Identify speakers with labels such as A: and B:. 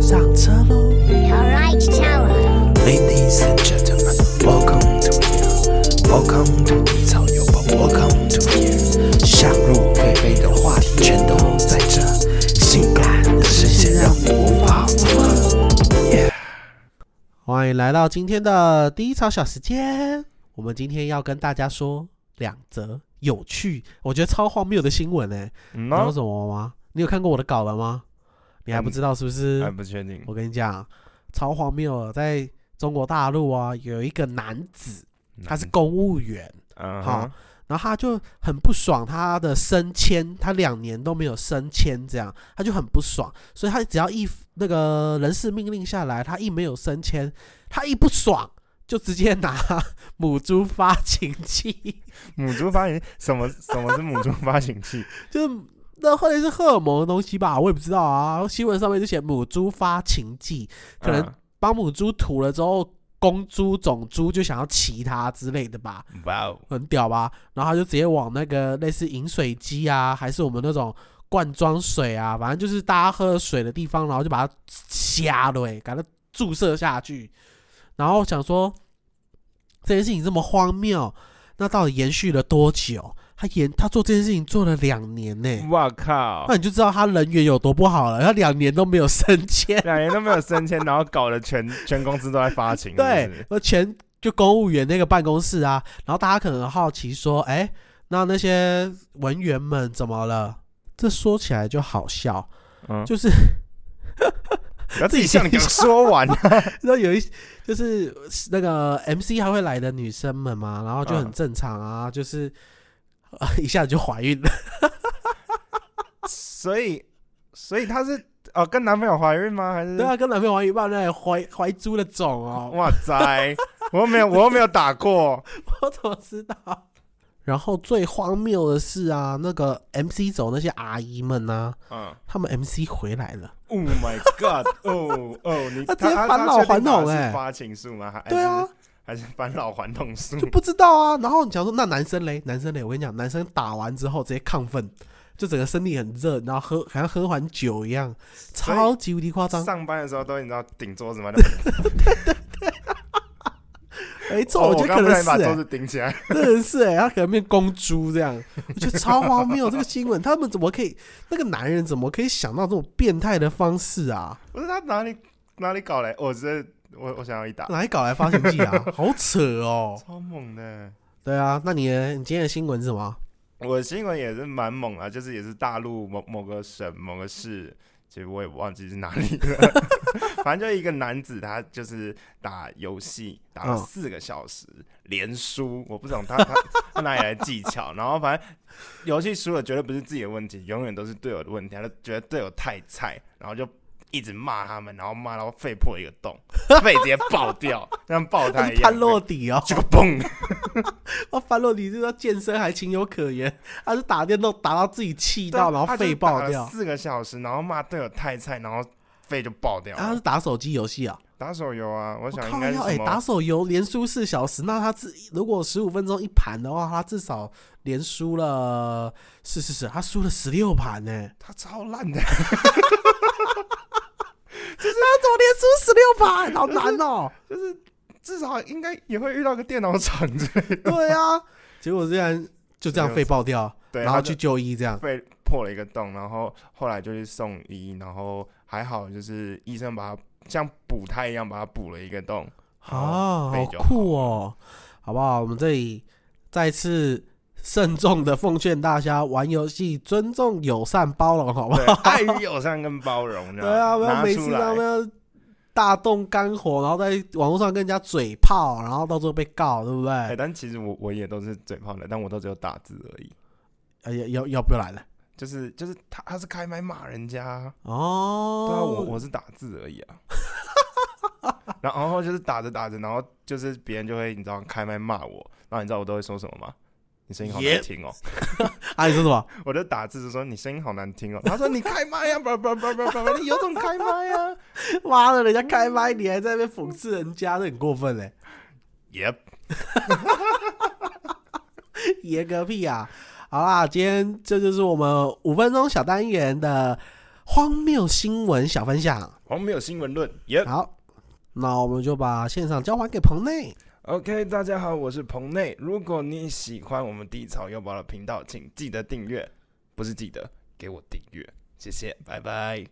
A: 上车喽
B: Alright, Tower.
A: ，Ladies and gentlemen, welcome to here, welcome to 低潮有宝，welcome to here。想入非非的话题全都在这，性感的声线让你无法负荷。Yeah 欢迎来到今天的低潮小时间，我们今天要跟大家说两则有趣，我觉得超荒谬的新闻呢、欸
C: 嗯
A: 你知道
C: 呢，
A: 什么吗？你有看过我的稿了吗？你还不知道是不是？
C: 哎还不确定。
A: 我跟你讲，超荒谬的，在中国大陆啊，有一个男子，他是公务员，
C: 嗯
A: 好
C: 哼，
A: 然后他就很不爽他的升迁，他两年都没有升迁，这样他就很不爽，所以他只要一那个人事命令下来，他一没有升迁，他一不爽。就直接拿母猪发情器，
C: 母猪发情什么？什么是母猪发情器？
A: 就是那或者是荷尔蒙的东西吧，我也不知道啊。新闻上面就写母猪发情剂， 可能帮母猪吐了之后，公猪、种猪就想要骑它之类的吧，
C: 嗯哇哦，
A: 很屌吧？然后他就直接往那个类似饮水机啊，还是我们那种罐装水啊，反正就是大家喝水的地方，然后就把它掐了、欸，给它注射下去。然后想说这件事情这么荒谬，那到底延续了多久？他延他做这件事情做了两年呢、
C: 哇靠
A: 那！你就知道他人缘有多不好了。他两年都没有升迁，
C: 两年都没有升迁，然后搞得全 全公司都在发情，是不
A: 对
C: 是，
A: 那前就公务员那个办公室啊，然后大家可能好奇说，哎，那那些文员们怎么了？这说起来就好笑，
C: 嗯，
A: 就是
C: 不要自己像你刚说完，啊
A: 然后有一就是那个 MC 还会来的女生们嘛，然后就很
C: 嗯
A: 正常啊，就是、 啊一下子就怀孕了，
C: 所以所以她是哦跟男朋友怀孕吗？还是
A: 对啊，跟男朋友玩一半那怀怀猪的种哦，
C: 哇塞，我又没有我又没有打过，
A: 我怎么知道？然后最荒谬的是啊，那个 MC 走那些阿姨们呐、
C: 嗯。
A: 他们 MC 回来了。
C: Oh my god！哦哦，你
A: 他直接
C: 她
A: 返
C: 她
A: 老
C: 确定
A: 还童
C: 她是
A: 欸
C: 发情素吗？还
A: 对啊，
C: 还是还是返老还童 素？
A: 就不知道啊。然后你讲说那男生嘞，男生嘞，我跟你讲，男生打完之后直接亢奋，就整个身体很热，然后喝好像喝完酒一样，
C: 以
A: 超级无敌夸张。
C: 上班的时候都你知道顶桌子吗？
A: 没错，
C: 哦
A: 哎我觉得
C: 刚
A: 可
C: 不
A: 能
C: 小
A: 是、
C: 心把桌
A: 欸，
C: 子顶起来，
A: 可能是哎、他可能变公猪这样，我觉得超荒谬。这个新闻，他们怎么可以？那个男人怎么可以想到这种变态的方式啊？
C: 不是他哪里哪里搞来？哦我这我我想要一打，
A: 哪里搞来发情剂啊？好扯哦。
C: 超猛的。
A: 对啊，那你呢你今天的新闻是什么？
C: 我的新闻也是蛮猛啊，就是也是大陆某某个省某个市，其实我也忘记是哪里了。 反正就一个男子，他就是打游戏打了
A: 嗯
C: 四个小时、连输，我不懂他 他他哪里来的技巧。然后反正游戏输了绝对不是自己的问题，永远都是队友的问题。他就觉得队友太菜，然后就一直骂他们，然后骂到肺破一个洞， 肺直接爆掉，像爆
A: 他
C: 胎
A: 是
C: 一
A: 潘
C: 样。
A: 洛底哦，
C: 结果嘣！
A: 哦，凡洛里这个健身还情有可原，他是打电动打到自己气
C: 啊
A: 到，然后肺爆掉。
C: 四个小时，然后骂队友太菜，然后肺就爆掉了。
A: 他是打手机游戏啊！
C: 打手游啊，我
A: 我
C: 想
A: 靠
C: 应该是
A: 要
C: 什
A: 哎、
C: 么？
A: 打手游连输四小时，那他自如果十五分钟一盘的话，他至少连输了是是是，他输了十六盘呢。
C: 他超烂的，
A: 他怎么连输十六盘？好难 哦、
C: 至少应该也会遇到个电脑厂之类的。
A: 对啊，结果竟然就这样肺爆掉，
C: 对，
A: 然后
C: 他就
A: 去就医这样。
C: 被破了一个洞，然后后来就去送医，然后还好就是医生把他像补胎一样把他补了一个洞。
A: 啊，好
C: 肺就好
A: 酷哦，好不好？我们这里再次慎重的奉劝大家，玩游戏尊重、友善、包容，好不 好？
C: 对，哎爱与友善跟包容，
A: 对啊，不要
C: 拿
A: 每
C: 出
A: 次
C: 来
A: 他们要大动肝火，然后在网络上跟人家嘴炮，然后到最后被告，对不对？
C: 哎，但其实我我也都是嘴炮的，但我都只有打字而已。
A: 呃，要要要不要来了？
C: 就是就是他他是开麦骂人家啊，
A: 哦，
C: 对啊，我我是打字而已啊。然后然后就是打着打着，然后就是别人就会你知道开麦骂我，然后你知道我都会说什么吗？你声音好难
A: Yep
C: 听哦！
A: 啊，你说什么？
C: 我就打字就说你声音好难听哦。他说你开麦呀，叭叭叭叭叭，你有种开麦呀
A: 妈的，人家开麦，你还在那边讽刺人家，这很过分嘞！
C: ！Yep，
A: 爷个屁啊！好啦，今天这就是我们五分钟小单元的荒谬新闻小分享。
C: 荒谬新闻论，耶、
A: 好，那我们就把现场交还给棚内。
C: OK，大家好，我是彭内。如果你喜欢我们低潮幼保的频道，请记得订阅，不是记得给我订阅，谢谢，拜拜。